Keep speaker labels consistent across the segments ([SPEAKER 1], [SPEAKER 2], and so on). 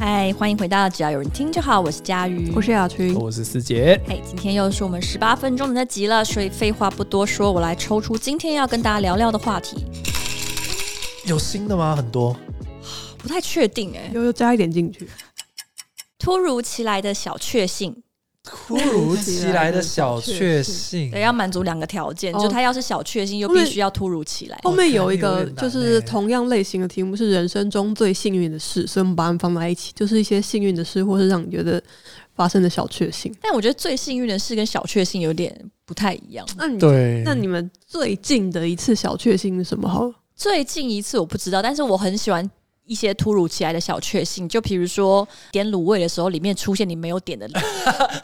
[SPEAKER 1] 嗨，欢迎回到只要有人听就好，我是佳瑜，
[SPEAKER 2] 嗯
[SPEAKER 3] 我是雅群，
[SPEAKER 2] 我是思杰。
[SPEAKER 1] 嘿，今天又是我们十八分钟的那集了，所以废话不多说，我来抽出今天要跟大家聊聊的话题。
[SPEAKER 2] 有新的吗？很多。
[SPEAKER 1] 不太确定哎、
[SPEAKER 3] 又又加一点进去，
[SPEAKER 1] 突如其来的小确幸，
[SPEAKER 2] 突如其来的小确幸，
[SPEAKER 1] 对，要满足两个条件，
[SPEAKER 3] 哦
[SPEAKER 1] 就他要是小确幸，又
[SPEAKER 3] 不是
[SPEAKER 1] 必须要突如其来。
[SPEAKER 3] 后面有一
[SPEAKER 2] 哦
[SPEAKER 3] 个
[SPEAKER 2] 有点难
[SPEAKER 3] 就是
[SPEAKER 2] 欸
[SPEAKER 3] 同样类型的题目是人生中最幸运的事，所以我们把它们放在一起，就是一些幸运的事，或是让你觉得发生的小确幸。
[SPEAKER 1] 但我觉得最幸运的事跟小确幸有点不太一样。
[SPEAKER 3] 那你
[SPEAKER 2] 对，
[SPEAKER 3] 那你们最近的一次小确幸是什么？好了，
[SPEAKER 1] 最近一次我不知道，但是我很喜欢一些突如其来的小确幸，就比如说点卤味的时候，里面出现你没有点的卤，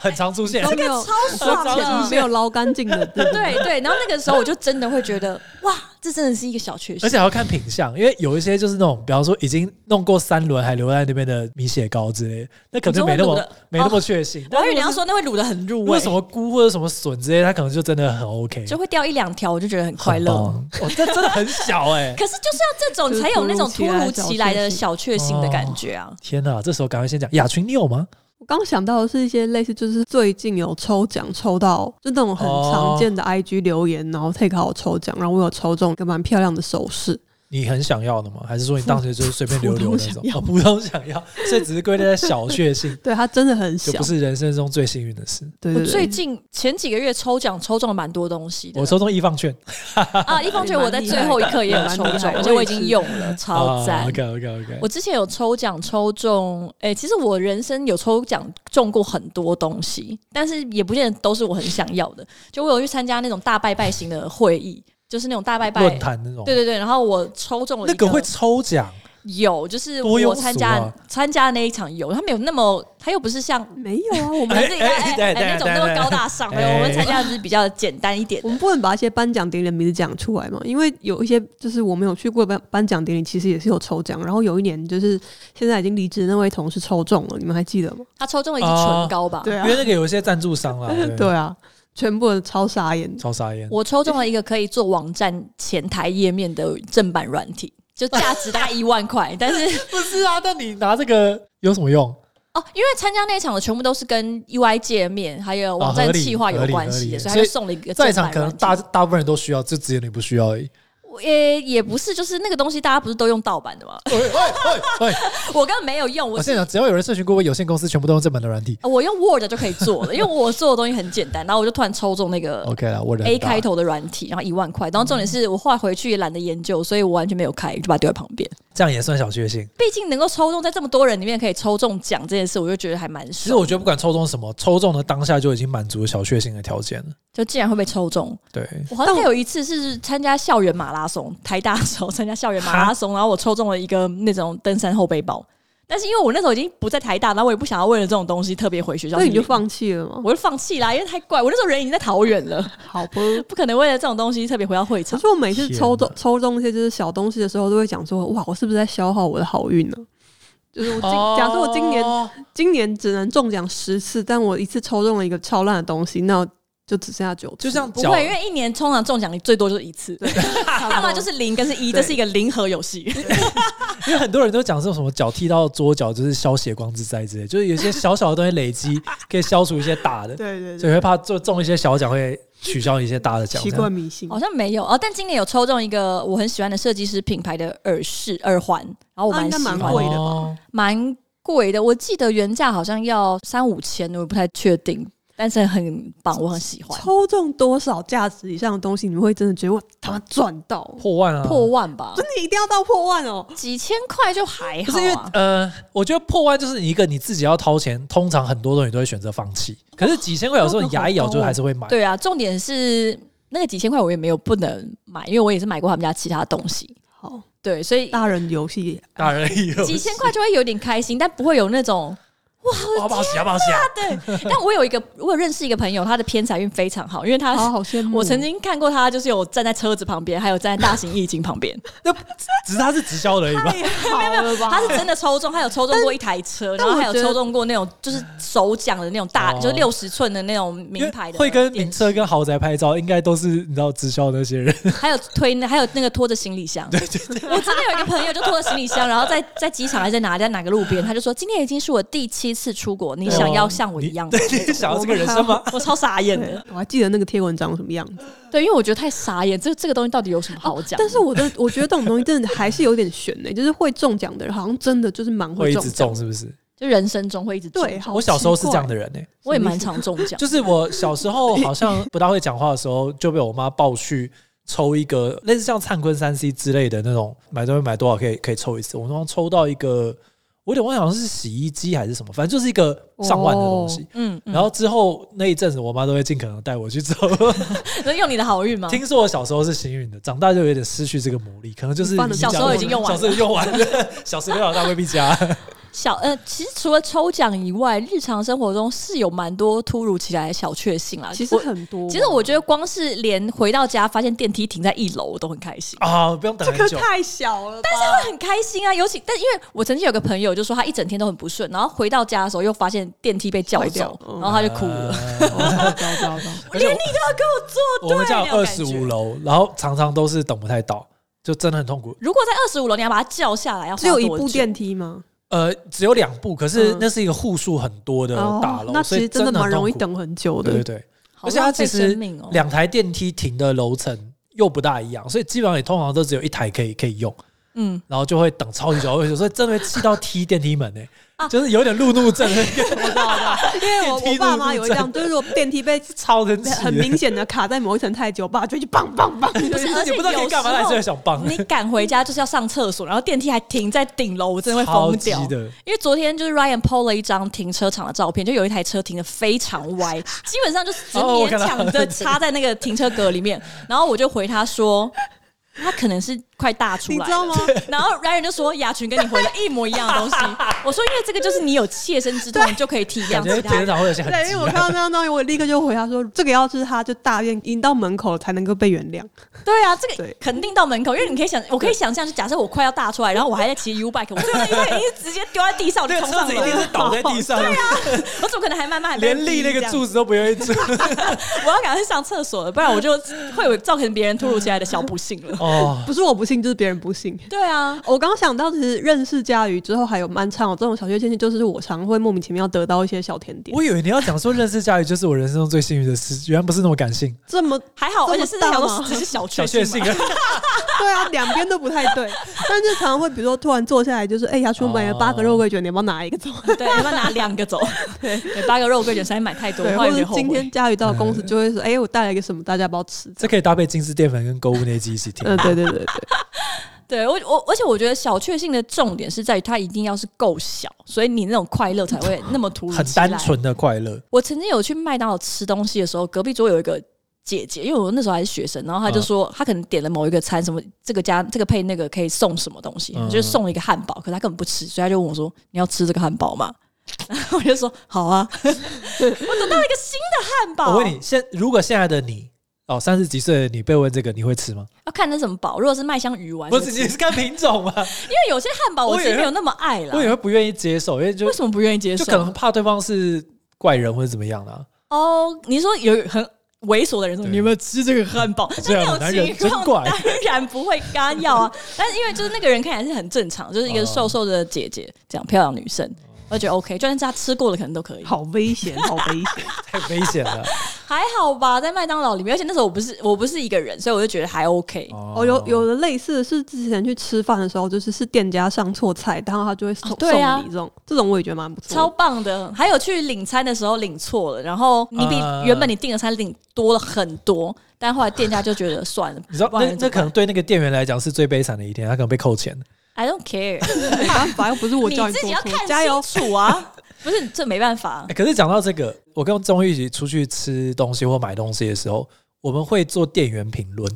[SPEAKER 2] 很常出现
[SPEAKER 3] 都
[SPEAKER 1] 哦
[SPEAKER 3] 没有
[SPEAKER 2] 爽的
[SPEAKER 3] 没有捞干净的，对不对
[SPEAKER 1] 对对，然后那个时候我就真的会觉得，哇，这真的是一个小确幸
[SPEAKER 2] 而且。还要看品相，因为有一些就是那种，比方说已经弄过三轮还留在那边的米血糕之类的，那可能就没
[SPEAKER 1] 你
[SPEAKER 2] 那么
[SPEAKER 1] 说会卤的
[SPEAKER 2] 没那么确信。
[SPEAKER 1] 我还以为你要
[SPEAKER 2] 但是
[SPEAKER 1] 说那会卤的很入
[SPEAKER 2] 如果
[SPEAKER 1] 味
[SPEAKER 2] 是什，么菇或者什么笋之类，它可能就真的很 OK，
[SPEAKER 1] 就会掉一两条，我就觉得很快乐。
[SPEAKER 2] 很棒哦，这真的很小 哎、
[SPEAKER 1] 可是就是要这种才有那种突如其来的小确幸的
[SPEAKER 2] 哦
[SPEAKER 1] 感觉啊！
[SPEAKER 2] 天哪，这时候赶快先讲雅群，你有吗？
[SPEAKER 3] 我刚想到的是一些类似，就是最近有抽奖抽到，就那种很常见
[SPEAKER 2] 哦
[SPEAKER 3] 的 IG 留言，然后 take 好抽奖，然后我有抽中一个蛮漂亮的首饰，
[SPEAKER 2] 你很想要的吗？还是说你当时就是随便留留的那种
[SPEAKER 3] 普通想？要
[SPEAKER 2] 哦，普通想要，所以只是归类在小确幸，
[SPEAKER 3] 对它真的很
[SPEAKER 2] 就
[SPEAKER 3] 小
[SPEAKER 2] 不，是人生中最幸运的事。
[SPEAKER 3] 对
[SPEAKER 1] 我
[SPEAKER 3] 对
[SPEAKER 1] 最
[SPEAKER 3] 对。
[SPEAKER 1] 近前几个月抽奖抽中了蛮多东西的，
[SPEAKER 2] 我抽中易放券，
[SPEAKER 1] 啊，一方觉得我在最后一刻也有抽
[SPEAKER 3] 蛮厉
[SPEAKER 1] 中
[SPEAKER 3] 害，的
[SPEAKER 1] 而且我已经用了，超赞。
[SPEAKER 2] 啊 OK OK OK，
[SPEAKER 1] 我之前有抽奖抽中，诶、其实我人生有抽奖中过很多东西，但是也不见得都是我很想要的。就我有去参加那种大拜拜型的会议，就是那种大拜拜
[SPEAKER 2] 论坛那种，
[SPEAKER 1] 对对对，然后我抽中了
[SPEAKER 2] 那
[SPEAKER 1] 一个
[SPEAKER 2] 个会抽奖，
[SPEAKER 1] 有，就是
[SPEAKER 2] 多庸
[SPEAKER 1] 我
[SPEAKER 2] 俗
[SPEAKER 1] 参加
[SPEAKER 2] 啊
[SPEAKER 1] 参加的那一场有，他没有那么，他又不是像
[SPEAKER 3] 没有啊，我
[SPEAKER 1] 我们
[SPEAKER 3] 们
[SPEAKER 1] 这个
[SPEAKER 2] 哎
[SPEAKER 1] 哎
[SPEAKER 2] 对
[SPEAKER 1] 哎
[SPEAKER 2] 对
[SPEAKER 1] 那种
[SPEAKER 2] 对
[SPEAKER 1] 那么
[SPEAKER 2] 对
[SPEAKER 1] 高大上的，
[SPEAKER 2] 哎
[SPEAKER 1] 我们参加的是比较简单一点
[SPEAKER 3] 我
[SPEAKER 1] 的。
[SPEAKER 3] 们不能把一些颁奖典礼的名字讲出来嘛，因为有一些就是我们有去过颁颁奖典礼，其实也是有抽奖。然后有一年就是现在已经离职的那位同事抽中了，你们还记得吗？
[SPEAKER 1] 他抽中了一支
[SPEAKER 2] 哦
[SPEAKER 1] 唇膏吧？
[SPEAKER 3] 对
[SPEAKER 2] 因
[SPEAKER 3] 啊
[SPEAKER 2] 为，那个有一些赞助 商 啦，
[SPEAKER 3] 对，啊，全部人超傻眼。
[SPEAKER 2] 超傻眼。
[SPEAKER 1] 我抽中了一个可以做网站前台页面的正版软体，就价值大概一万块。但是
[SPEAKER 2] 不是啊，但你拿这个有什么用？
[SPEAKER 1] 哦，因为参加那一场的全部都是跟 UI 界面还有网
[SPEAKER 2] 啊
[SPEAKER 1] 站
[SPEAKER 2] 合理
[SPEAKER 1] 企划有
[SPEAKER 2] 合理
[SPEAKER 1] 关系的，
[SPEAKER 2] 合理
[SPEAKER 1] 所以他就送了一个
[SPEAKER 2] 在
[SPEAKER 1] 正
[SPEAKER 2] 场
[SPEAKER 1] 版
[SPEAKER 2] 可能
[SPEAKER 1] 软体。
[SPEAKER 2] 大大部分人都需要，就只有你不需要 而已。
[SPEAKER 1] 我也、也不是，就是那个东西大家不是都用盗版的吗？
[SPEAKER 2] 喂喂 喂喂！
[SPEAKER 1] 我根本没有用，
[SPEAKER 2] 我
[SPEAKER 1] 我
[SPEAKER 2] 哦现
[SPEAKER 1] 是
[SPEAKER 2] 在只要有人社群顾问，有限公司全部都用正版的软体。
[SPEAKER 1] 我用 Word 就可以做了，因为我做的东西很简单。然后我就突然抽中那个
[SPEAKER 2] OK 啦，我人
[SPEAKER 1] 呃 A
[SPEAKER 2] 哦大
[SPEAKER 1] 开，头的软体，然后一万块。然后重点是我画回去也懒得研究，所以我完全没有开，就把它丢在旁边。
[SPEAKER 2] 这样也算小确幸。
[SPEAKER 1] 毕竟能够抽中在这么多人里面可以抽中奖这件事，我就觉得还蛮
[SPEAKER 2] 其实
[SPEAKER 1] 爽。
[SPEAKER 2] 我觉得不管抽中什么，抽中的当下就已经满足小确幸的条件了。
[SPEAKER 1] 就竟然会被抽中，
[SPEAKER 2] 对，
[SPEAKER 1] 我好像还有一次是参加校园马拉松，台大的时候参加校园马拉松，然后我抽中了一个那种登山后背包。但是因为我那时候已经不在台大，然后我也不想要为了这种东西特别回学校
[SPEAKER 3] 所
[SPEAKER 1] 去
[SPEAKER 3] 以
[SPEAKER 1] 领，
[SPEAKER 3] 你就放弃了吗？
[SPEAKER 1] 我就放弃啦，因为太怪。我那时候人已经在桃园了，
[SPEAKER 3] 好吧。
[SPEAKER 1] 不可能为了这种东西特别回到会
[SPEAKER 3] 可
[SPEAKER 1] 场。
[SPEAKER 3] 是我每次抽中
[SPEAKER 2] 天哪
[SPEAKER 3] 抽中一些就是小东西的时候，都会讲说：哇，我是不是在消耗我的好运呢、啊就是我今、
[SPEAKER 1] 哦
[SPEAKER 2] 哦
[SPEAKER 3] 假设我今年今年只能中奖十次，但我一次抽中了一个超烂的东西，那就只剩下九次。
[SPEAKER 2] 就像
[SPEAKER 1] 不
[SPEAKER 2] 脚
[SPEAKER 1] 会，因为一年通常中奖最多就是一次，要
[SPEAKER 3] 要
[SPEAKER 1] 么就是零跟是一，这
[SPEAKER 3] 对
[SPEAKER 1] 是一个零和游戏。
[SPEAKER 2] 因为很多人都讲说什么脚踢到桌角就是消血光之灾之类，就是有一些小小的东西累积可以消除一些大 的，
[SPEAKER 3] 对对
[SPEAKER 2] 所
[SPEAKER 3] 对，
[SPEAKER 2] 以会怕中中一些小奖会取消一些大的奖。
[SPEAKER 3] 奇
[SPEAKER 2] 这
[SPEAKER 3] 怪
[SPEAKER 2] 样
[SPEAKER 3] 迷信。
[SPEAKER 1] 好像没有哦，但今年有抽中一个我很喜欢的设计师品牌的耳饰耳环，然后我
[SPEAKER 3] 啊
[SPEAKER 1] 蛮
[SPEAKER 3] 应该
[SPEAKER 1] 喜欢
[SPEAKER 3] 蛮贵的吧
[SPEAKER 2] 哦
[SPEAKER 1] 蛮贵的。我记得原价好像要三五千，我不太确定，但是很棒，我很喜欢，
[SPEAKER 3] 抽中多少价值以上的东西，你会真的觉得我他妈赚到？
[SPEAKER 2] 破万啊！
[SPEAKER 1] 破万吧，
[SPEAKER 3] 真的一定要到破万哦！
[SPEAKER 1] 几千块就还
[SPEAKER 2] 不
[SPEAKER 1] 好、
[SPEAKER 2] 是因为
[SPEAKER 1] 啊。
[SPEAKER 2] 呃，我觉得破万就是一个你自己要掏钱，通常很多东西都会选择放弃。可是几千块有时候你牙一咬就还是会买。
[SPEAKER 1] 对啊，重点是那个几千块我也没有不能买，因为我也是买过他们家其他东西。
[SPEAKER 3] 好，
[SPEAKER 1] 对，所以
[SPEAKER 3] 大人游戏
[SPEAKER 2] 大人有
[SPEAKER 1] 几千块就会有点开心，但不会有那种
[SPEAKER 2] 哇，好不好洗？好不好洗？
[SPEAKER 1] 但我有一个，我有认识一个朋友，他的偏财运非常好，因为他
[SPEAKER 3] 啊好好羡慕。
[SPEAKER 1] 我
[SPEAKER 2] 嗯
[SPEAKER 1] 曾经看过他，就是有站在车子旁边，还有站在大型液晶旁边，
[SPEAKER 2] 只是他是直销而已吧？
[SPEAKER 3] 好了吧？
[SPEAKER 1] 他是真的抽中，他有抽中过一台车，然
[SPEAKER 3] 但
[SPEAKER 1] 后还
[SPEAKER 3] 我
[SPEAKER 1] 有
[SPEAKER 3] 觉得
[SPEAKER 1] 抽中过那种就是手奖的那种大，
[SPEAKER 2] 哦
[SPEAKER 1] 就是六十寸的那种 名牌
[SPEAKER 2] 因为
[SPEAKER 1] 的，
[SPEAKER 2] 会跟名，车跟豪宅拍照，应该都是你知道直销的那些人。
[SPEAKER 1] 还有推那，还有那个拖着行李箱。对对对，我真的有一个朋友就拖着行李箱，然后在在机场还是在哪里，在哪个路边，他就说今天已经是我第七次出国，你想要像我一样吗？
[SPEAKER 2] 对，哦你想要这个人生吗？啊
[SPEAKER 1] 我超傻眼
[SPEAKER 3] 对
[SPEAKER 1] 的，
[SPEAKER 3] 我还记得那个贴文长什么样子。
[SPEAKER 1] 对，因为我觉得太傻眼，这这个东西到底有什么好
[SPEAKER 2] 哦
[SPEAKER 1] 讲的？
[SPEAKER 3] 但是我的，我觉得这种东西真的还是有点悬 呢、就是会中奖的人，好像真的就是蛮
[SPEAKER 2] 会一
[SPEAKER 3] 中
[SPEAKER 2] 直
[SPEAKER 3] 奖
[SPEAKER 2] 中。是不是？
[SPEAKER 1] 就人生中会一直中
[SPEAKER 3] 对，
[SPEAKER 1] 奖
[SPEAKER 3] 好
[SPEAKER 2] 我小时候是这样
[SPEAKER 3] 奇
[SPEAKER 2] 的人呢、欸
[SPEAKER 1] 我也蛮常中奖，
[SPEAKER 2] 就是我小时候好像不大会讲话的时候，就被我妈抱去抽一个类似像灿坤三 C 之类的那种，买东西买多少可以可以抽一次。我刚刚抽到一个，我有点忘记好像是洗衣机还是什么，反正就是一个上万的东西。
[SPEAKER 1] 嗯，嗯
[SPEAKER 2] 然后之后那一阵子，我妈都会 尽可能带我去抽。
[SPEAKER 1] 能用你的好运吗？
[SPEAKER 2] 听说我小时候是幸运的，长大就有点失去这个魔力，可能就是
[SPEAKER 3] 你犯了
[SPEAKER 2] 你
[SPEAKER 3] 小
[SPEAKER 2] 讲
[SPEAKER 3] 时候
[SPEAKER 2] 的
[SPEAKER 3] 已经
[SPEAKER 1] 用完了
[SPEAKER 2] 小时候用完了， 小时候老大未必佳。
[SPEAKER 1] 小呃，其实除了抽奖以外，日常生活中是有蛮多突如其来的小确幸啦。
[SPEAKER 3] 怪，其实
[SPEAKER 1] 我
[SPEAKER 3] 很多。
[SPEAKER 2] 啊
[SPEAKER 1] 其实我觉得光是连回到家发现电梯停在一楼，我都很开心。
[SPEAKER 2] 啊，不用等很久。
[SPEAKER 3] 太小了，
[SPEAKER 1] 但是会很开心啊，尤其但因为我曾经有个朋友就说他一整天都很不顺，然后回到家的时候又发现电梯被叫
[SPEAKER 3] 坏掉
[SPEAKER 1] 走，
[SPEAKER 3] 嗯
[SPEAKER 1] 然后他就哭了。
[SPEAKER 2] 呃
[SPEAKER 3] 但是 糟糟糟，
[SPEAKER 2] 而且我
[SPEAKER 1] 做
[SPEAKER 2] 我们家
[SPEAKER 1] 那
[SPEAKER 2] 有
[SPEAKER 1] 种
[SPEAKER 2] 二
[SPEAKER 1] 感觉
[SPEAKER 2] 十五楼，然后常常都是等不太到，就真的很痛苦。
[SPEAKER 1] 如果在二十五楼你要把他叫下来，要花
[SPEAKER 3] 只有一
[SPEAKER 1] 多
[SPEAKER 3] 部
[SPEAKER 1] 久
[SPEAKER 3] 电梯吗？
[SPEAKER 2] 呃，只有两步，可是
[SPEAKER 3] 嗯哦
[SPEAKER 2] 那是一个户数很多的大楼，
[SPEAKER 3] 那
[SPEAKER 2] 所
[SPEAKER 3] 其
[SPEAKER 2] 以
[SPEAKER 3] 实真的
[SPEAKER 2] 的
[SPEAKER 3] 蛮
[SPEAKER 2] 很痛
[SPEAKER 3] 容易
[SPEAKER 2] 苦。
[SPEAKER 3] 等很久
[SPEAKER 2] 对
[SPEAKER 3] 的
[SPEAKER 2] 对。对，
[SPEAKER 1] 好
[SPEAKER 2] 而且它
[SPEAKER 1] 浪
[SPEAKER 2] 其
[SPEAKER 1] 费
[SPEAKER 2] 实
[SPEAKER 1] 生命哦。
[SPEAKER 2] 两台电梯停的楼层又不大一样，所以基本上也通常都只有一台可以可以用，
[SPEAKER 1] 嗯，
[SPEAKER 2] 然后就会等超级久， 有时候真的会气到踢电梯门诶、欸
[SPEAKER 1] 啊
[SPEAKER 2] 就是有点路怒症，
[SPEAKER 3] 因为我
[SPEAKER 2] 电梯
[SPEAKER 3] 我爸妈有一张，就是如果电梯被
[SPEAKER 2] 超 人气的。
[SPEAKER 3] 很明显的卡在某一层太久，我爸就去棒棒棒。
[SPEAKER 1] 不是，而且
[SPEAKER 2] 你不知道可以干嘛，但
[SPEAKER 1] 有时
[SPEAKER 2] 还是
[SPEAKER 1] 候
[SPEAKER 2] 很想帮，
[SPEAKER 1] 你赶回家就是要上厕所，然后电梯还停在顶楼，我真的会
[SPEAKER 2] 超
[SPEAKER 1] 疯
[SPEAKER 2] 级
[SPEAKER 1] 掉。
[SPEAKER 2] 的。
[SPEAKER 1] 因为昨天就是 Ryan PO 了一张停车场的照片，就有一台车停的非常 歪，基本上就是只
[SPEAKER 2] 哦我
[SPEAKER 1] 勉
[SPEAKER 2] 看到
[SPEAKER 1] 强的插在那个停车格里面。然后我就回他说，他可能是快大出来，
[SPEAKER 3] 你知道吗？
[SPEAKER 1] 然后 Ryan 就说雅群跟你回了一模一样的东西。我说因为这个就是你有切身之痛，你就可以体谅
[SPEAKER 2] 感觉
[SPEAKER 1] 其
[SPEAKER 2] 停
[SPEAKER 1] 他
[SPEAKER 2] 车
[SPEAKER 1] 人。
[SPEAKER 2] 场会有些很
[SPEAKER 3] 对，因
[SPEAKER 2] 急
[SPEAKER 3] 为我
[SPEAKER 2] 啊
[SPEAKER 3] 看到那张照片，我立刻就回他说：“这个要是他就大便引到门口才能够被原谅。
[SPEAKER 1] 对啊，这个
[SPEAKER 3] 对
[SPEAKER 1] 肯定到门口，因为你可以想，我可以想象，就假设我快要大出来，然后我还在骑 U bike，我最后那一刻一定是直接丢在地上，我就
[SPEAKER 2] 那个
[SPEAKER 1] 冲
[SPEAKER 2] 车
[SPEAKER 1] 上
[SPEAKER 2] 子一
[SPEAKER 1] 楼
[SPEAKER 2] 定是倒在地上，
[SPEAKER 1] 啊 我怎么可能还慢慢还被
[SPEAKER 2] 连立那
[SPEAKER 1] 逼
[SPEAKER 2] 个
[SPEAKER 1] 这样
[SPEAKER 2] 柱子都不愿意住。。
[SPEAKER 1] 我要赶快去上厕所了，不然我就会有造成别人突如其来的小不幸了
[SPEAKER 2] 哦”，
[SPEAKER 3] 不是我不信，就是别人不信。
[SPEAKER 1] 对啊，
[SPEAKER 3] 我刚想到，其实认识佳瑜之后，还有蛮常有这种小确幸，就是我常会莫名其妙得到一些小甜点
[SPEAKER 2] 我。以为你要讲说认识佳宇就是我人生中最幸运的事， 原来不是那么感性，
[SPEAKER 3] 这么
[SPEAKER 1] 还好，
[SPEAKER 3] 这么
[SPEAKER 1] 而且甚至想
[SPEAKER 3] 大
[SPEAKER 1] 说
[SPEAKER 3] 吗
[SPEAKER 1] 只是小
[SPEAKER 2] 小
[SPEAKER 1] 确
[SPEAKER 2] 确
[SPEAKER 1] 幸
[SPEAKER 2] 幸
[SPEAKER 1] 嘛。
[SPEAKER 2] 啊。
[SPEAKER 3] 对啊， 两边都不太对。但是常常会，比如说突然坐下来，就是哎，牙我买了八个肉桂卷，你要不要拿一个走？
[SPEAKER 1] 对，要不要拿两个 走？对，八个肉桂卷实在买太多，
[SPEAKER 3] 对，
[SPEAKER 1] 我
[SPEAKER 3] 或
[SPEAKER 1] 有
[SPEAKER 3] 者
[SPEAKER 1] 点
[SPEAKER 3] 是
[SPEAKER 1] 后
[SPEAKER 3] 今
[SPEAKER 1] 悔。
[SPEAKER 3] 天佳瑜到公司就会说，哎，我带来一个什么，大家要不要吃？
[SPEAKER 2] 这可以搭配精致淀粉跟购物那一集一起听。
[SPEAKER 3] 嗯，对对对对，
[SPEAKER 1] 对我我，而且我觉得小确幸的重点是在于它一定要是够小，所以你那种快乐才会那么突如
[SPEAKER 2] 很
[SPEAKER 1] 其来。
[SPEAKER 2] 单纯的快乐，
[SPEAKER 1] 我曾经有去麦当劳吃东西的时候，隔壁桌有一个姐姐，因为我那时候还是学生，然后
[SPEAKER 2] 嗯
[SPEAKER 1] 她就说、她可能点了某一个餐，什么这个加这个配那个可以送什么东西，
[SPEAKER 2] 嗯
[SPEAKER 1] 就是送了一个汉堡，可是她根本不吃，所以她就问我说：“你要吃这个汉堡吗？” 然后我就说：“好啊。” 我得到了一个新的汉堡。
[SPEAKER 2] 我问你，现如果现在的你哦，三十几岁的你被问这个，你会吃吗？
[SPEAKER 1] 要看那什么堡，如果是麦香鱼丸，
[SPEAKER 2] 不
[SPEAKER 1] 因
[SPEAKER 2] 是，你是看品种吗？
[SPEAKER 1] 为有些汉堡我
[SPEAKER 2] 我以
[SPEAKER 1] 其
[SPEAKER 2] 为
[SPEAKER 1] 实没有那么爱啦
[SPEAKER 2] 我。也会不愿意接受，因为就
[SPEAKER 1] 啊为什么不愿意接受？
[SPEAKER 2] 就可能怕对方是怪人或者怎么样的、啊。
[SPEAKER 1] 哦，你说有很猥琐的人说
[SPEAKER 2] 对
[SPEAKER 1] 你有没有吃这个汉堡？
[SPEAKER 2] 这样
[SPEAKER 1] 那
[SPEAKER 2] 男
[SPEAKER 1] 种
[SPEAKER 2] 人
[SPEAKER 1] 情
[SPEAKER 2] 真
[SPEAKER 1] 况
[SPEAKER 2] 怪
[SPEAKER 1] 当然不会跟他要啊，但是因为就是那个人看起来是很正常，就是一个
[SPEAKER 2] 哦
[SPEAKER 1] 瘦瘦的姐姐，这样漂亮女生。我就觉得 OK，就算是他吃过的可能都可以，
[SPEAKER 3] 好危险，好危险。
[SPEAKER 2] 太危险了。
[SPEAKER 1] 还好吧，在麦当劳里面，而且那时候我不是我不是一个人，所以我就觉得还 OK。
[SPEAKER 3] 哦，有有的类似的是之前去吃饭的时候，就是是店家上错菜，然后他就会送、
[SPEAKER 1] 哦对啊
[SPEAKER 3] 送你这种，这种我也觉得蛮不错的。
[SPEAKER 1] 超棒的，还有去领餐的时候领错了，然后你比
[SPEAKER 2] 啊
[SPEAKER 1] 原本你订的餐领多了很多，但后来店家就觉得算了，
[SPEAKER 2] 你知道
[SPEAKER 1] 不然
[SPEAKER 2] 那
[SPEAKER 1] 怎么
[SPEAKER 2] 那可能对那个店员来讲是最悲惨的一天，他可能被扣钱。
[SPEAKER 3] 嗯
[SPEAKER 1] I don't care，
[SPEAKER 3] 没办法，又不是我叫
[SPEAKER 1] 啊你自
[SPEAKER 3] 做
[SPEAKER 1] 己要看
[SPEAKER 3] 错，加油！
[SPEAKER 1] 清楚啊！ 不是，这没办法啊
[SPEAKER 2] 欸。可是讲到这个，我跟钟玉一起出去吃东西或买东西的时候，我们会做店员评论，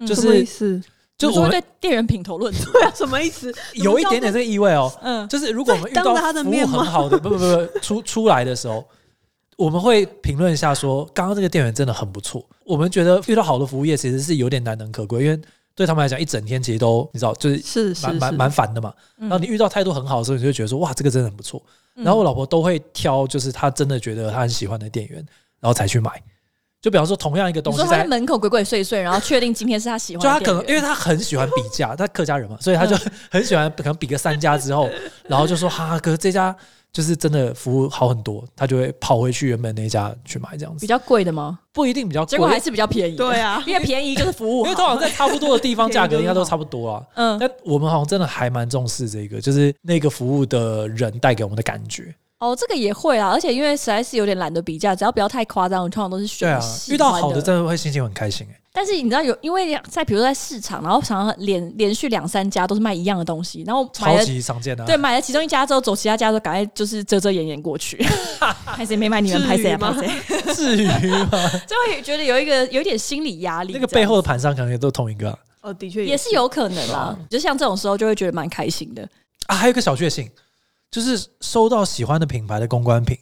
[SPEAKER 1] 嗯
[SPEAKER 2] 就
[SPEAKER 3] 什么意
[SPEAKER 2] 是
[SPEAKER 3] 思？
[SPEAKER 2] 就
[SPEAKER 1] 你说
[SPEAKER 2] 我
[SPEAKER 1] 对店员品头论足，
[SPEAKER 3] 对啊，什么意思？
[SPEAKER 2] 有一点点这个意味哦。
[SPEAKER 1] 嗯，
[SPEAKER 2] 就是如果我们遇
[SPEAKER 3] 啊当
[SPEAKER 2] 到
[SPEAKER 3] 着他的
[SPEAKER 2] 服务
[SPEAKER 3] 面
[SPEAKER 2] 很
[SPEAKER 3] 吗
[SPEAKER 2] 好的，不不不不出出来的时候，我们会评论一下说，刚刚这个店员真的很不错。我们觉得遇到好的服务业其实是有点难能可贵，因为对他们来讲，一整天其实都你知道，就是
[SPEAKER 3] 是是
[SPEAKER 2] 蛮
[SPEAKER 3] 是，
[SPEAKER 2] 蛮蛮烦的嘛。
[SPEAKER 1] 然
[SPEAKER 2] 然后你遇到态度很好的时候，你就会觉得说，哇，这个真的很不错。
[SPEAKER 1] 嗯
[SPEAKER 2] 然后我老婆都会挑，就是她真的觉得她很喜欢的店员，然后才去买。就比方说，同样一个东
[SPEAKER 1] 你
[SPEAKER 2] 西
[SPEAKER 1] 说他
[SPEAKER 2] 在
[SPEAKER 1] 在门口鬼鬼祟祟，然后确定今天是他喜欢
[SPEAKER 2] 就
[SPEAKER 1] 的
[SPEAKER 2] 他
[SPEAKER 1] 店
[SPEAKER 2] 可
[SPEAKER 1] 员，嗯
[SPEAKER 2] 能因为他很喜欢比价，他客家人嘛，所以他就 很喜欢，可能比个三 家之后，然后就说哈，可是这家就是真的服务好很多，他就会跑回去原本那家去买这样
[SPEAKER 1] 比
[SPEAKER 2] 子，
[SPEAKER 1] 较贵的吗？
[SPEAKER 2] 不一定比较贵，
[SPEAKER 1] 结果还是比较便宜，
[SPEAKER 3] 对，啊，
[SPEAKER 1] 越便宜就是服务好，
[SPEAKER 2] 因为通常在差不多 的地方
[SPEAKER 3] 便宜
[SPEAKER 2] 价
[SPEAKER 3] 就
[SPEAKER 2] 格应该都
[SPEAKER 3] 好
[SPEAKER 2] 差不多啊。
[SPEAKER 1] 嗯
[SPEAKER 2] 但我们好像真的还蛮重视这个，就是那个服务的人带给我们的感觉。
[SPEAKER 1] 哦，这个也会啊，而且因为实在是有点懒得比价，只要不要太夸张，我通常都是选
[SPEAKER 2] 对啊，
[SPEAKER 1] 喜
[SPEAKER 2] 遇到
[SPEAKER 1] 欢
[SPEAKER 2] 好的
[SPEAKER 1] 的
[SPEAKER 2] 真的会心情很 开心哎、
[SPEAKER 1] 但是你知道有，因为在比如说在市场，然后常常连连续两三家都是卖一样的东西，然后买
[SPEAKER 2] 超
[SPEAKER 1] 了
[SPEAKER 2] 级常见的、啊。
[SPEAKER 1] 对 买了其中一家之后，走其他家之后，赶快就是遮遮掩掩过 去，拍谁没买你们
[SPEAKER 3] 至
[SPEAKER 1] 拍谁
[SPEAKER 3] 于
[SPEAKER 1] 啊
[SPEAKER 3] 吗
[SPEAKER 1] 拍谁，
[SPEAKER 2] 至于吗？
[SPEAKER 1] 就会觉得有一个有一点心理压力这
[SPEAKER 2] 那
[SPEAKER 1] 样子。
[SPEAKER 2] 个背后的盘商可能也都同一个啊。
[SPEAKER 3] 哦，的确
[SPEAKER 1] 也是有可能啦，就像这种时候就会觉得蛮开心的。
[SPEAKER 2] 啊，还有一个小确幸，就是收到喜欢的品牌的公关品，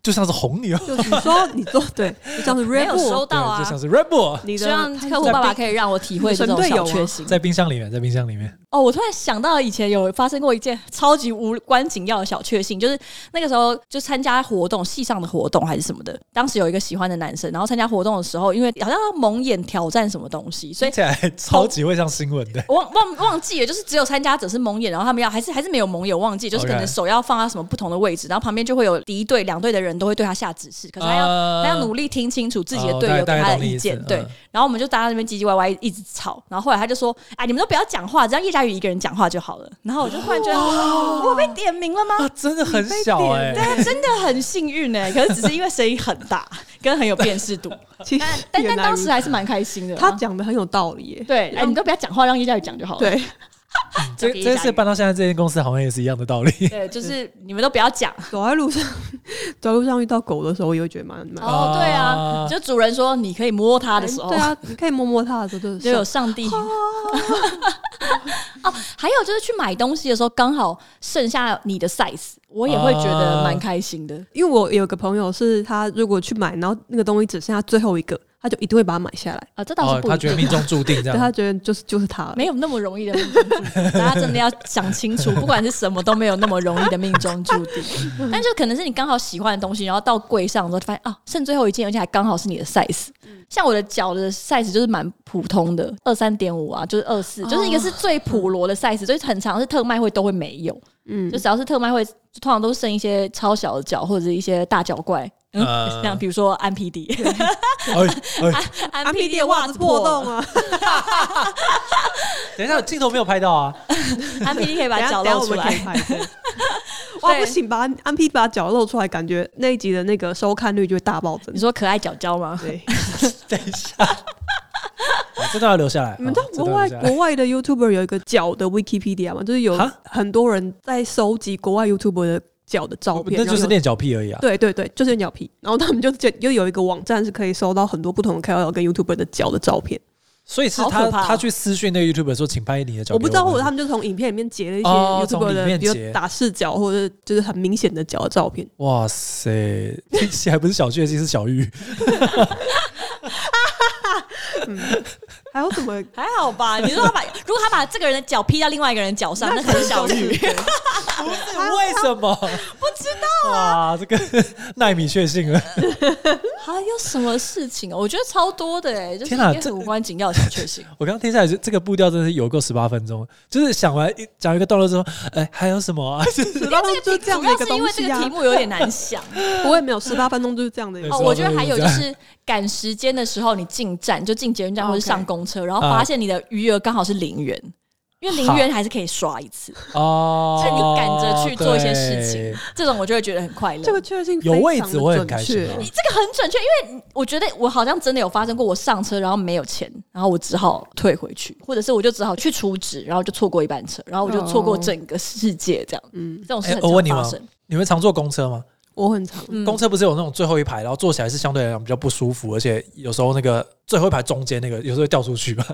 [SPEAKER 2] 就像是红牛，
[SPEAKER 3] 就你说你说 对，就像是
[SPEAKER 1] 没
[SPEAKER 3] Red
[SPEAKER 1] 有收
[SPEAKER 3] Bull，
[SPEAKER 1] 到
[SPEAKER 2] 对就
[SPEAKER 1] 啊
[SPEAKER 2] 像，是 Red Bull，
[SPEAKER 3] 你
[SPEAKER 1] 希
[SPEAKER 3] 的
[SPEAKER 1] 望客户爸爸可以让我体会这种小
[SPEAKER 3] 啊
[SPEAKER 1] 确幸。
[SPEAKER 2] 在冰箱里面，在冰箱里面，
[SPEAKER 1] 哦，我突然想到以前有发生过一件超级无关紧要的小确幸，就是那个时候就参加活动，系上的活动还是什么的。当时有一个喜欢的男生，然后参加活动的时候，因为好像要蒙眼挑战什么东西，所以
[SPEAKER 2] 听起来超级会像新闻的。
[SPEAKER 1] 我忘忘忘记了，就是只有参加者是蒙眼，然后他们要还是还是没有蒙眼，忘记就是可
[SPEAKER 2] OK
[SPEAKER 1] 能手要放在什么不同的位置，然后旁边就会有敌对两队的人都会对他下指 示，可是他要、
[SPEAKER 2] 啊
[SPEAKER 1] 他要努力听清楚自己的
[SPEAKER 2] 哦
[SPEAKER 1] 队
[SPEAKER 2] 大概
[SPEAKER 1] 友
[SPEAKER 2] 大
[SPEAKER 1] 给
[SPEAKER 2] 概
[SPEAKER 1] 他
[SPEAKER 2] 懂
[SPEAKER 1] 的
[SPEAKER 2] 你意
[SPEAKER 1] 意
[SPEAKER 2] 思
[SPEAKER 1] 见，对
[SPEAKER 2] 嗯。
[SPEAKER 1] 然后我们就大家在那边唧唧歪歪一直吵，然后后来他就说：“哎，你们都不要讲话，只让叶佳宇一个人讲话就好了。”然后我就忽然觉得，我被点名了吗？
[SPEAKER 2] 啊，真的很小哎、
[SPEAKER 1] 对啊，真的很幸运哎、可是只是因为声音很大，跟很有辨识度，
[SPEAKER 3] 其实
[SPEAKER 1] 但但
[SPEAKER 3] 原
[SPEAKER 1] 但
[SPEAKER 3] 来
[SPEAKER 1] 当时
[SPEAKER 3] 如
[SPEAKER 1] 还是蛮开心的
[SPEAKER 3] 此
[SPEAKER 1] 啊。
[SPEAKER 3] 他讲的很有道理耶，
[SPEAKER 1] 对，哎，你都不要讲话，让叶佳宇讲就好了。
[SPEAKER 3] 对，
[SPEAKER 2] 这这次搬到现在这间公司好像也是一样的道理。
[SPEAKER 1] 对，就是你们都不要讲。
[SPEAKER 3] 走在路上 走在路上遇到狗的时候，我也会觉得蛮蛮。
[SPEAKER 1] 哦，对啊，就主人说你可以摸它的时候，
[SPEAKER 3] 对啊，你可以摸摸它 的时候就是
[SPEAKER 1] 就有上帝。哦，还有就是去买东西的时候，刚好剩下你的 size，我也会觉得蛮开心的。
[SPEAKER 3] 因为我有个朋友是他如果去买，然后那个东西只剩下最后一个，他就一定会把它买下来，
[SPEAKER 1] 啊，这倒
[SPEAKER 2] 哦
[SPEAKER 1] 是，不
[SPEAKER 2] 他
[SPEAKER 1] 一
[SPEAKER 2] 觉得
[SPEAKER 1] 定
[SPEAKER 2] 命
[SPEAKER 1] 啊。
[SPEAKER 2] 中注定这
[SPEAKER 3] 对他
[SPEAKER 2] 样。
[SPEAKER 3] 觉得就是就是它了。
[SPEAKER 1] 没有那么容易的命中注 定，大家真的要想清楚，不管是什么都没有那么容易的命中注 定。但就可能是你刚好喜欢的东西，然后到柜上的时候发现啊，剩最后一件，而且还刚好是你的 size。像
[SPEAKER 2] 嗯
[SPEAKER 1] 我的脚的 size 就是蛮普通的，二三点五啊，就是二四，就是一个是最普罗的 size，所以很常是特卖会都会没有，
[SPEAKER 3] 嗯
[SPEAKER 1] 就，只要是特卖会，就通常都剩一些超小的脚或者是一些大脚怪。嗯
[SPEAKER 2] 呃，
[SPEAKER 1] 像比如说安 P D，
[SPEAKER 2] 哎哎，
[SPEAKER 1] 安 P D 的袜子破洞，
[SPEAKER 3] 啊，
[SPEAKER 2] 等一下，镜头没有拍到啊！
[SPEAKER 1] 安 P D 可以
[SPEAKER 3] 等
[SPEAKER 1] 把
[SPEAKER 3] 一下
[SPEAKER 1] 脚
[SPEAKER 3] 等一下
[SPEAKER 1] 露
[SPEAKER 3] 我
[SPEAKER 1] 出
[SPEAKER 3] 们可以
[SPEAKER 1] 来。
[SPEAKER 3] 拍 对哇，
[SPEAKER 1] 对
[SPEAKER 3] 不行，把安 P 把脚露出来，感觉那一集的那个收看率就会大暴增
[SPEAKER 1] 你。说可爱脚脚吗？
[SPEAKER 3] 对，
[SPEAKER 2] 等一 下，啊这段要留下来。
[SPEAKER 3] 你们知道
[SPEAKER 2] 哦这
[SPEAKER 3] 国外
[SPEAKER 2] 段要留下来
[SPEAKER 3] 国外的 YouTuber 有一个脚的 Wikipedia 吗？就是有
[SPEAKER 2] 哈
[SPEAKER 3] 很多人在收集国外 YouTuber 的脚的照片，
[SPEAKER 2] 哦那
[SPEAKER 3] 然后
[SPEAKER 2] 就是
[SPEAKER 3] 有
[SPEAKER 2] 练脚癖而已啊。
[SPEAKER 3] 对对对，就是鸟皮。然后他们就 就又有一个网站是可以搜到很多不同的 KOL 跟 YouTuber 的脚的照片。
[SPEAKER 2] 所以是
[SPEAKER 1] 好
[SPEAKER 2] 他
[SPEAKER 1] 可怕哦
[SPEAKER 2] 他去私讯那个 YouTube 说，请拍你的脚。
[SPEAKER 3] 我不知道，或者他
[SPEAKER 2] 他
[SPEAKER 3] 们就从影片里面截了一些
[SPEAKER 2] 哦从
[SPEAKER 3] YouTuber
[SPEAKER 2] 里
[SPEAKER 3] 的，
[SPEAKER 2] 面
[SPEAKER 3] 比如
[SPEAKER 2] 截
[SPEAKER 3] 打视角或者就是很明显的脚的照片。
[SPEAKER 2] 哇塞，听起来不是小确幸，是小玉。
[SPEAKER 3] 还有什么？
[SPEAKER 1] 还好吧？你说 他把如果他把这个人的脚劈到另外一个人脚上，那可能是小玉。
[SPEAKER 2] 不是为什么？不知道啊！哇，这个 奈米确信啊了。
[SPEAKER 1] 还有什么事情啊？我觉得超多的哎、欸，就是
[SPEAKER 2] 天哪
[SPEAKER 1] 一些
[SPEAKER 2] 这
[SPEAKER 1] 很无关紧要的小确 幸。
[SPEAKER 2] 我刚刚听下来，就这个步调真的是有够十八分钟，就是想完一讲一个段落之后，哎，还有什么啊？就是
[SPEAKER 3] 十八分钟就是这样的一个
[SPEAKER 1] 主要是因
[SPEAKER 3] 东
[SPEAKER 1] 为这
[SPEAKER 3] 西
[SPEAKER 1] 个
[SPEAKER 3] 啊
[SPEAKER 1] 题！目有点难想
[SPEAKER 3] 我也没有十八分钟就是这样的一个。
[SPEAKER 2] 对
[SPEAKER 1] 哦。
[SPEAKER 2] 主要是
[SPEAKER 1] 我觉得还有就
[SPEAKER 2] 因
[SPEAKER 1] 是 赶时间的时候，你进站就进捷运站或者
[SPEAKER 2] 哦
[SPEAKER 3] OK
[SPEAKER 1] 上公车，然后
[SPEAKER 2] 嗯
[SPEAKER 1] 发现你的余额刚好是零元，因为零元还是可以刷一次，
[SPEAKER 2] 哦，
[SPEAKER 1] 所以你赶着去做一些事
[SPEAKER 2] 对
[SPEAKER 1] 情，这种我就会觉得很快乐。
[SPEAKER 3] 这个确信
[SPEAKER 2] 有
[SPEAKER 3] 非
[SPEAKER 2] 位
[SPEAKER 3] 常
[SPEAKER 2] 置
[SPEAKER 3] 的
[SPEAKER 2] 我会
[SPEAKER 3] 准
[SPEAKER 2] 很开心
[SPEAKER 3] 确
[SPEAKER 2] 啊。
[SPEAKER 1] 你这个很准确，因为我觉得我好像真的有发生过，我上车然后没有钱，然后我只好退回去，或者是我就只好去储值，然后就错过一班车，然后我就错过整个世界这样。
[SPEAKER 3] 嗯，
[SPEAKER 1] 这种事
[SPEAKER 2] 哎
[SPEAKER 1] 很
[SPEAKER 2] 我问你
[SPEAKER 1] 常发
[SPEAKER 2] 吗
[SPEAKER 1] 生。
[SPEAKER 2] 你们常坐公车吗？
[SPEAKER 3] 我很常，
[SPEAKER 1] 嗯
[SPEAKER 2] 公车不是有那种最后一排，然后坐起来是相对来讲比较不舒服，而且有时候那个最后一排中间那个有时候会掉出去嘛。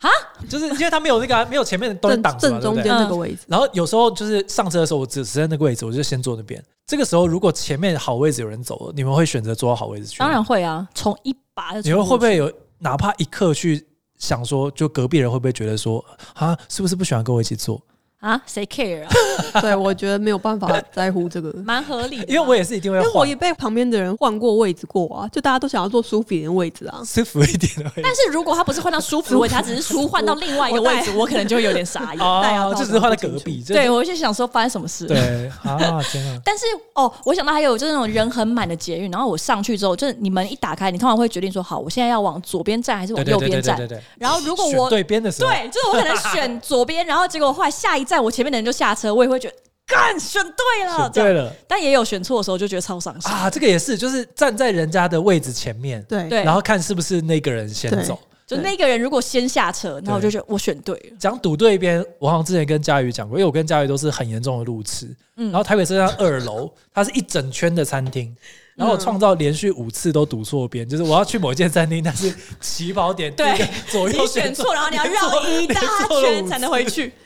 [SPEAKER 1] 啊，
[SPEAKER 2] 就是因为它没有那个啊、没有前面的东西
[SPEAKER 3] 正
[SPEAKER 2] 挡住
[SPEAKER 3] 正
[SPEAKER 2] 嘛，对不
[SPEAKER 3] 中
[SPEAKER 2] 对
[SPEAKER 3] 间？那个 位置，
[SPEAKER 2] 然后有时候就是上车的时候，我只只在那个位置，我就先坐那边。这个时候，如果前面好位置有人走了，你们会选择坐到好位置去？
[SPEAKER 1] 当然，会啊，从一把就
[SPEAKER 2] 你们
[SPEAKER 1] 冲
[SPEAKER 2] 会
[SPEAKER 1] 过
[SPEAKER 2] 不
[SPEAKER 1] 去
[SPEAKER 2] 会有哪怕一刻去想说，就隔壁人会不会觉得说啊，是不是不喜欢跟我一起坐？
[SPEAKER 1] 啊？谁 care 啊？
[SPEAKER 3] 对我觉得没有办法在乎这个，因
[SPEAKER 1] 蛮合理的啊，
[SPEAKER 2] 因为我也是一定会
[SPEAKER 3] 为我
[SPEAKER 2] 换
[SPEAKER 3] 也被旁边的人换过位置过啊，就大家都想要坐舒服一点的位置啊。
[SPEAKER 2] 舒服一点的位置。
[SPEAKER 1] 但是如果他不是换到舒服的位置，他只是舒换到另外一个位置，我可能就会有点傻眼。
[SPEAKER 3] 戴啊
[SPEAKER 2] 哦，
[SPEAKER 3] 套
[SPEAKER 2] 就只是
[SPEAKER 3] 不
[SPEAKER 2] 换了
[SPEAKER 3] 清
[SPEAKER 2] 隔
[SPEAKER 3] 楚
[SPEAKER 2] 壁，就是
[SPEAKER 1] 对，我就想说发生什么事。
[SPEAKER 2] 对啊，天啊！
[SPEAKER 1] 但是哦，我想到还有就是那种人很满的捷运，然后我上去之后，就是你们一打开，你通常会决定说，好，我现在要往左边站还是往
[SPEAKER 2] 对对
[SPEAKER 1] 右
[SPEAKER 2] 对
[SPEAKER 1] 边
[SPEAKER 2] 对
[SPEAKER 1] 站
[SPEAKER 2] 对？对。
[SPEAKER 1] 然后如果
[SPEAKER 2] 选
[SPEAKER 1] 我
[SPEAKER 2] 对边的时候，
[SPEAKER 1] 对，就是我可能选左边，然后结果后来下一站我前面的人就下车，我也会觉得干选对了，
[SPEAKER 2] 选
[SPEAKER 1] 这样
[SPEAKER 2] 对了
[SPEAKER 1] 但也有选错的时候，就觉得超伤心。
[SPEAKER 2] 啊！这个也是，就是站在人家的位置前面，
[SPEAKER 3] 对
[SPEAKER 1] 对
[SPEAKER 2] 然后看是不是那个人先
[SPEAKER 3] 对
[SPEAKER 2] 走。
[SPEAKER 1] 就那个人如果先下车，然后我就
[SPEAKER 2] 对
[SPEAKER 1] 觉得我选对了。
[SPEAKER 2] 讲赌对边，我好像之前跟佳宇讲过，因为我跟佳宇都是很严重的路痴。
[SPEAKER 1] 嗯
[SPEAKER 2] 然后台北车站二楼，它是一整圈的餐厅，然
[SPEAKER 1] 嗯
[SPEAKER 2] 后我创造连续五次都赌错边，就是我要去某一间餐厅，但是起跑点
[SPEAKER 1] 对
[SPEAKER 2] 第一个左右
[SPEAKER 1] 你选
[SPEAKER 2] 错，
[SPEAKER 1] 错，然后你要绕一大圈才能回去。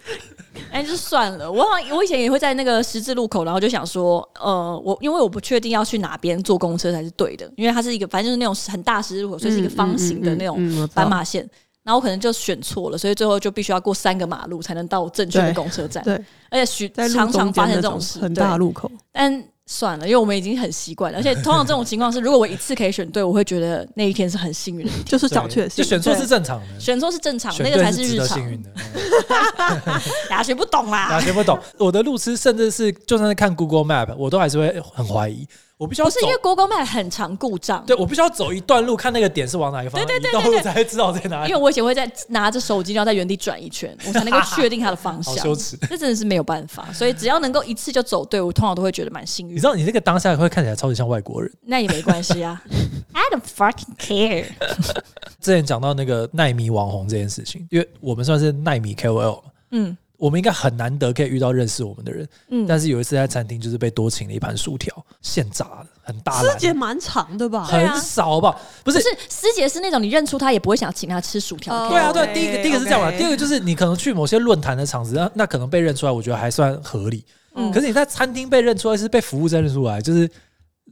[SPEAKER 1] 哎，就算了。我好像我以前也会在那个十字路口，然后就想说，呃，我因为我不确定要去哪边坐公车才是对的，因为它是一个反正就是那种很大十字路口，所以是一个方形的那种
[SPEAKER 3] 嗯嗯嗯嗯我知道
[SPEAKER 1] 斑马线。然后我可能就选错了，所以最后就必须要过三个马路才能到正确的
[SPEAKER 3] 对
[SPEAKER 1] 公车站。
[SPEAKER 3] 对，
[SPEAKER 1] 而且许
[SPEAKER 3] 在路
[SPEAKER 1] 常常
[SPEAKER 3] 中
[SPEAKER 1] 发
[SPEAKER 3] 间
[SPEAKER 1] 生
[SPEAKER 3] 那
[SPEAKER 1] 这种事，
[SPEAKER 3] 很
[SPEAKER 1] 对
[SPEAKER 3] 大的路口，
[SPEAKER 1] 但算了，因为我们已经很习惯了，而且通常这种情况是，如果我一次可以选对，我会觉得那一天是很幸运的。
[SPEAKER 3] 就是
[SPEAKER 2] 对
[SPEAKER 3] 小确
[SPEAKER 2] 就
[SPEAKER 3] 幸。
[SPEAKER 2] 选错是
[SPEAKER 1] 对
[SPEAKER 2] 正常的，
[SPEAKER 1] 选错是正常，
[SPEAKER 2] 选
[SPEAKER 1] 那个
[SPEAKER 2] 对
[SPEAKER 1] 才
[SPEAKER 2] 是值
[SPEAKER 1] 日
[SPEAKER 2] 得
[SPEAKER 1] 常
[SPEAKER 2] 幸。运的。嗯
[SPEAKER 1] 大学不懂啊
[SPEAKER 2] 大
[SPEAKER 1] 啦
[SPEAKER 2] 家，听不懂。我的路痴，甚至是就算是看 Google Map，我都还是会很怀疑。我必须要
[SPEAKER 1] 不
[SPEAKER 2] 走
[SPEAKER 1] 是，因为 Google Map 很常故障。
[SPEAKER 2] 对我必须要走一段路，看那个点是往哪个方向移动，我才会知道在哪
[SPEAKER 1] 因
[SPEAKER 2] 里
[SPEAKER 1] 为。我以前会在拿着手机，然后在原地转一圈，我才能够确定它的方向
[SPEAKER 2] 好。羞耻！
[SPEAKER 1] 这真的是没有办法，所以只要能够一次就走对，我通常都会觉得蛮幸
[SPEAKER 2] 你
[SPEAKER 1] 运
[SPEAKER 2] 知。道你这个当下会看起来超级像外国人。
[SPEAKER 1] 那也没关系啊，I don't fucking care。
[SPEAKER 2] 之前讲到那个奈米网红这件事情，因为我们算是奈米 KOL 嘛，
[SPEAKER 1] 嗯
[SPEAKER 2] 我们应该很难得可以遇到认识我们的人。
[SPEAKER 1] 嗯，
[SPEAKER 2] 但是有一次在餐厅，就是被多请了一盘薯条，现炸的，很大
[SPEAKER 3] 师姐
[SPEAKER 2] 篮，
[SPEAKER 3] 蛮长的吧？
[SPEAKER 1] 对啊
[SPEAKER 2] 很少好不好？不是
[SPEAKER 1] 不，是师姐是那种你认出她也不会想请她吃薯条的
[SPEAKER 3] 哦
[SPEAKER 1] 客人。
[SPEAKER 2] 对啊，对啊，
[SPEAKER 3] OK，
[SPEAKER 2] 第一个第一个是这样嘛，
[SPEAKER 3] OK
[SPEAKER 2] 第二个就是你可能去某些论坛的场子，啊那那可能被认出来，我觉得还算合理。
[SPEAKER 1] 嗯
[SPEAKER 2] 可是你在餐厅被认出来，是被服务生认出来，就是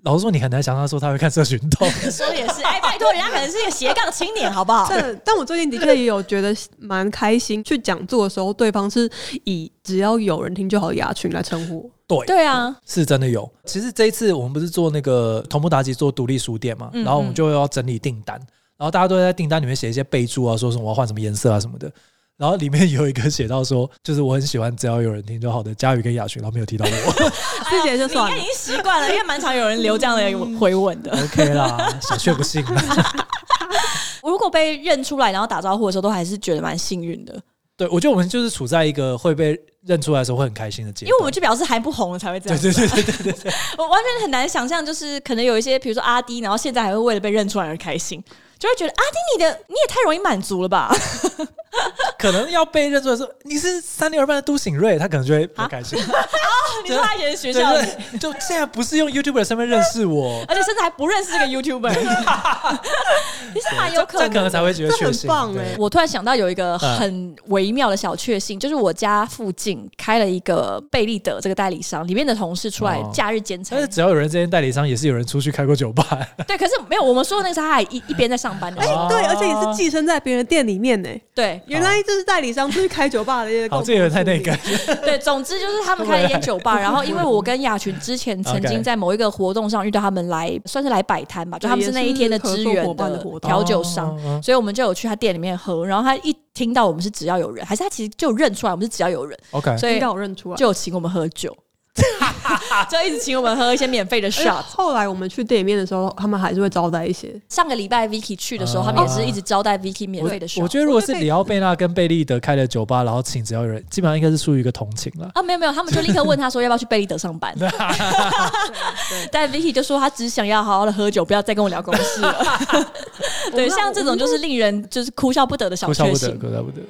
[SPEAKER 2] 老实说，你很难想象说他会看社群 动。
[SPEAKER 1] 说的也是，哎，拜托，人家可能是一个斜杠青年，好不好？
[SPEAKER 3] 但但我最近的确也有觉得蛮开心，去讲座的时候，对方是以只要有人听就好的雅群来称呼我。
[SPEAKER 2] 对，
[SPEAKER 1] 对啊，
[SPEAKER 2] 是真的有。其实这一次我们不是做那个同步达吉做独立书店嘛，
[SPEAKER 1] 嗯
[SPEAKER 2] 然后我们就要整理订单，然后大家都会在订单里面写一些备注啊，说什么我要换什么颜色啊什么的。然后里面有一个写到说，就是我很喜欢只要有人听就好的佳宇跟雅群，他没有提到我
[SPEAKER 3] 师姐就
[SPEAKER 1] 哎你应该
[SPEAKER 3] 算了
[SPEAKER 1] 已，经习惯了，因为蛮常有人留这样的回文的。
[SPEAKER 2] ，OK 啦，小确不幸啦。
[SPEAKER 1] 我如果被认出来，然后打招呼的时候，都还是觉得蛮幸运的，
[SPEAKER 2] 对，我觉得我们就是处在一个会被认出来的时候会很开心的阶段，
[SPEAKER 1] 因为我们就表示还不红了才会这
[SPEAKER 2] 对
[SPEAKER 1] 样。
[SPEAKER 2] 对对对对，
[SPEAKER 1] 我完全很难想象，就是可能有一些，比如说阿迪，然后现在还会为了被认出来而开心，就会觉得阿迪你的你也太容易满足了吧？ 啊
[SPEAKER 2] 可能要被认出来说你是三六二班的都醒瑞，他可能就会很开心。
[SPEAKER 1] 你说他以前的学
[SPEAKER 2] 对
[SPEAKER 1] 啊校，
[SPEAKER 2] 对，就现在不是用 YouTube 的身份认识我，
[SPEAKER 1] 而且甚至还不认识这个 YouTuber，你是 蛮有
[SPEAKER 2] 这样可能才会嗯觉得
[SPEAKER 3] 这很
[SPEAKER 2] 确信。
[SPEAKER 3] 棒
[SPEAKER 2] 对
[SPEAKER 3] 欸
[SPEAKER 1] 我突然想到有一个很微妙的小确幸，就是我家附近开了一个贝利德这个代理商，里面的同事出来
[SPEAKER 2] 哦
[SPEAKER 1] 假日兼差。
[SPEAKER 2] 但是只要有人这间代理商，也是有人出去开过酒吧。
[SPEAKER 1] 对，可是没有我们说的那个是他还一一边在上班的时候，
[SPEAKER 3] 哎
[SPEAKER 2] 哦
[SPEAKER 3] 对，而且也是寄生在别人的店里面呢。
[SPEAKER 1] 对
[SPEAKER 3] 原来就是代理商出去开酒吧的一些
[SPEAKER 2] 好，
[SPEAKER 3] 共同处
[SPEAKER 2] 这
[SPEAKER 3] 理，
[SPEAKER 2] 有点太那个。
[SPEAKER 1] 对，总之就是他们开了一间酒吧，然后因为我跟雅群之前曾
[SPEAKER 2] OK
[SPEAKER 1] 经在某一个活动上遇到他们来，算是来摆摊吧，就他们是那一天的支
[SPEAKER 3] 也是合作
[SPEAKER 1] 援
[SPEAKER 3] 伙伴的活动
[SPEAKER 1] 调酒商，
[SPEAKER 2] 哦哦
[SPEAKER 1] 所以我们就有去他店里面喝，然后他一听到我们是只要有人，还是他其实就认出来我们是只要有人，
[SPEAKER 2] 哦 OK，
[SPEAKER 1] 所以
[SPEAKER 3] 让我认出来。
[SPEAKER 1] 就有请我们喝酒， 就一直请我们喝一些免费的
[SPEAKER 3] 而且
[SPEAKER 1] shot。
[SPEAKER 3] 哎后来我们去店里面的时候，他们还是会招待一些。
[SPEAKER 1] 上个礼拜 Vicky 去的时候，他们也是一直招待 Vicky 免费的 shot。
[SPEAKER 2] 我觉得如果是里奥贝纳跟贝利德开的酒吧，然后请只要有人，基本上应该是出于一个同情了。
[SPEAKER 1] 啊，没有没有，他们就立刻问他 说要不要去贝利德上班，但 Vicky 就说他只想要好好的喝酒，不要再跟我聊公 事了。对，像这种就是令人就是哭笑不得的小
[SPEAKER 2] 哭笑
[SPEAKER 1] 确
[SPEAKER 2] 不得，
[SPEAKER 1] 幸。
[SPEAKER 2] 哭笑不得。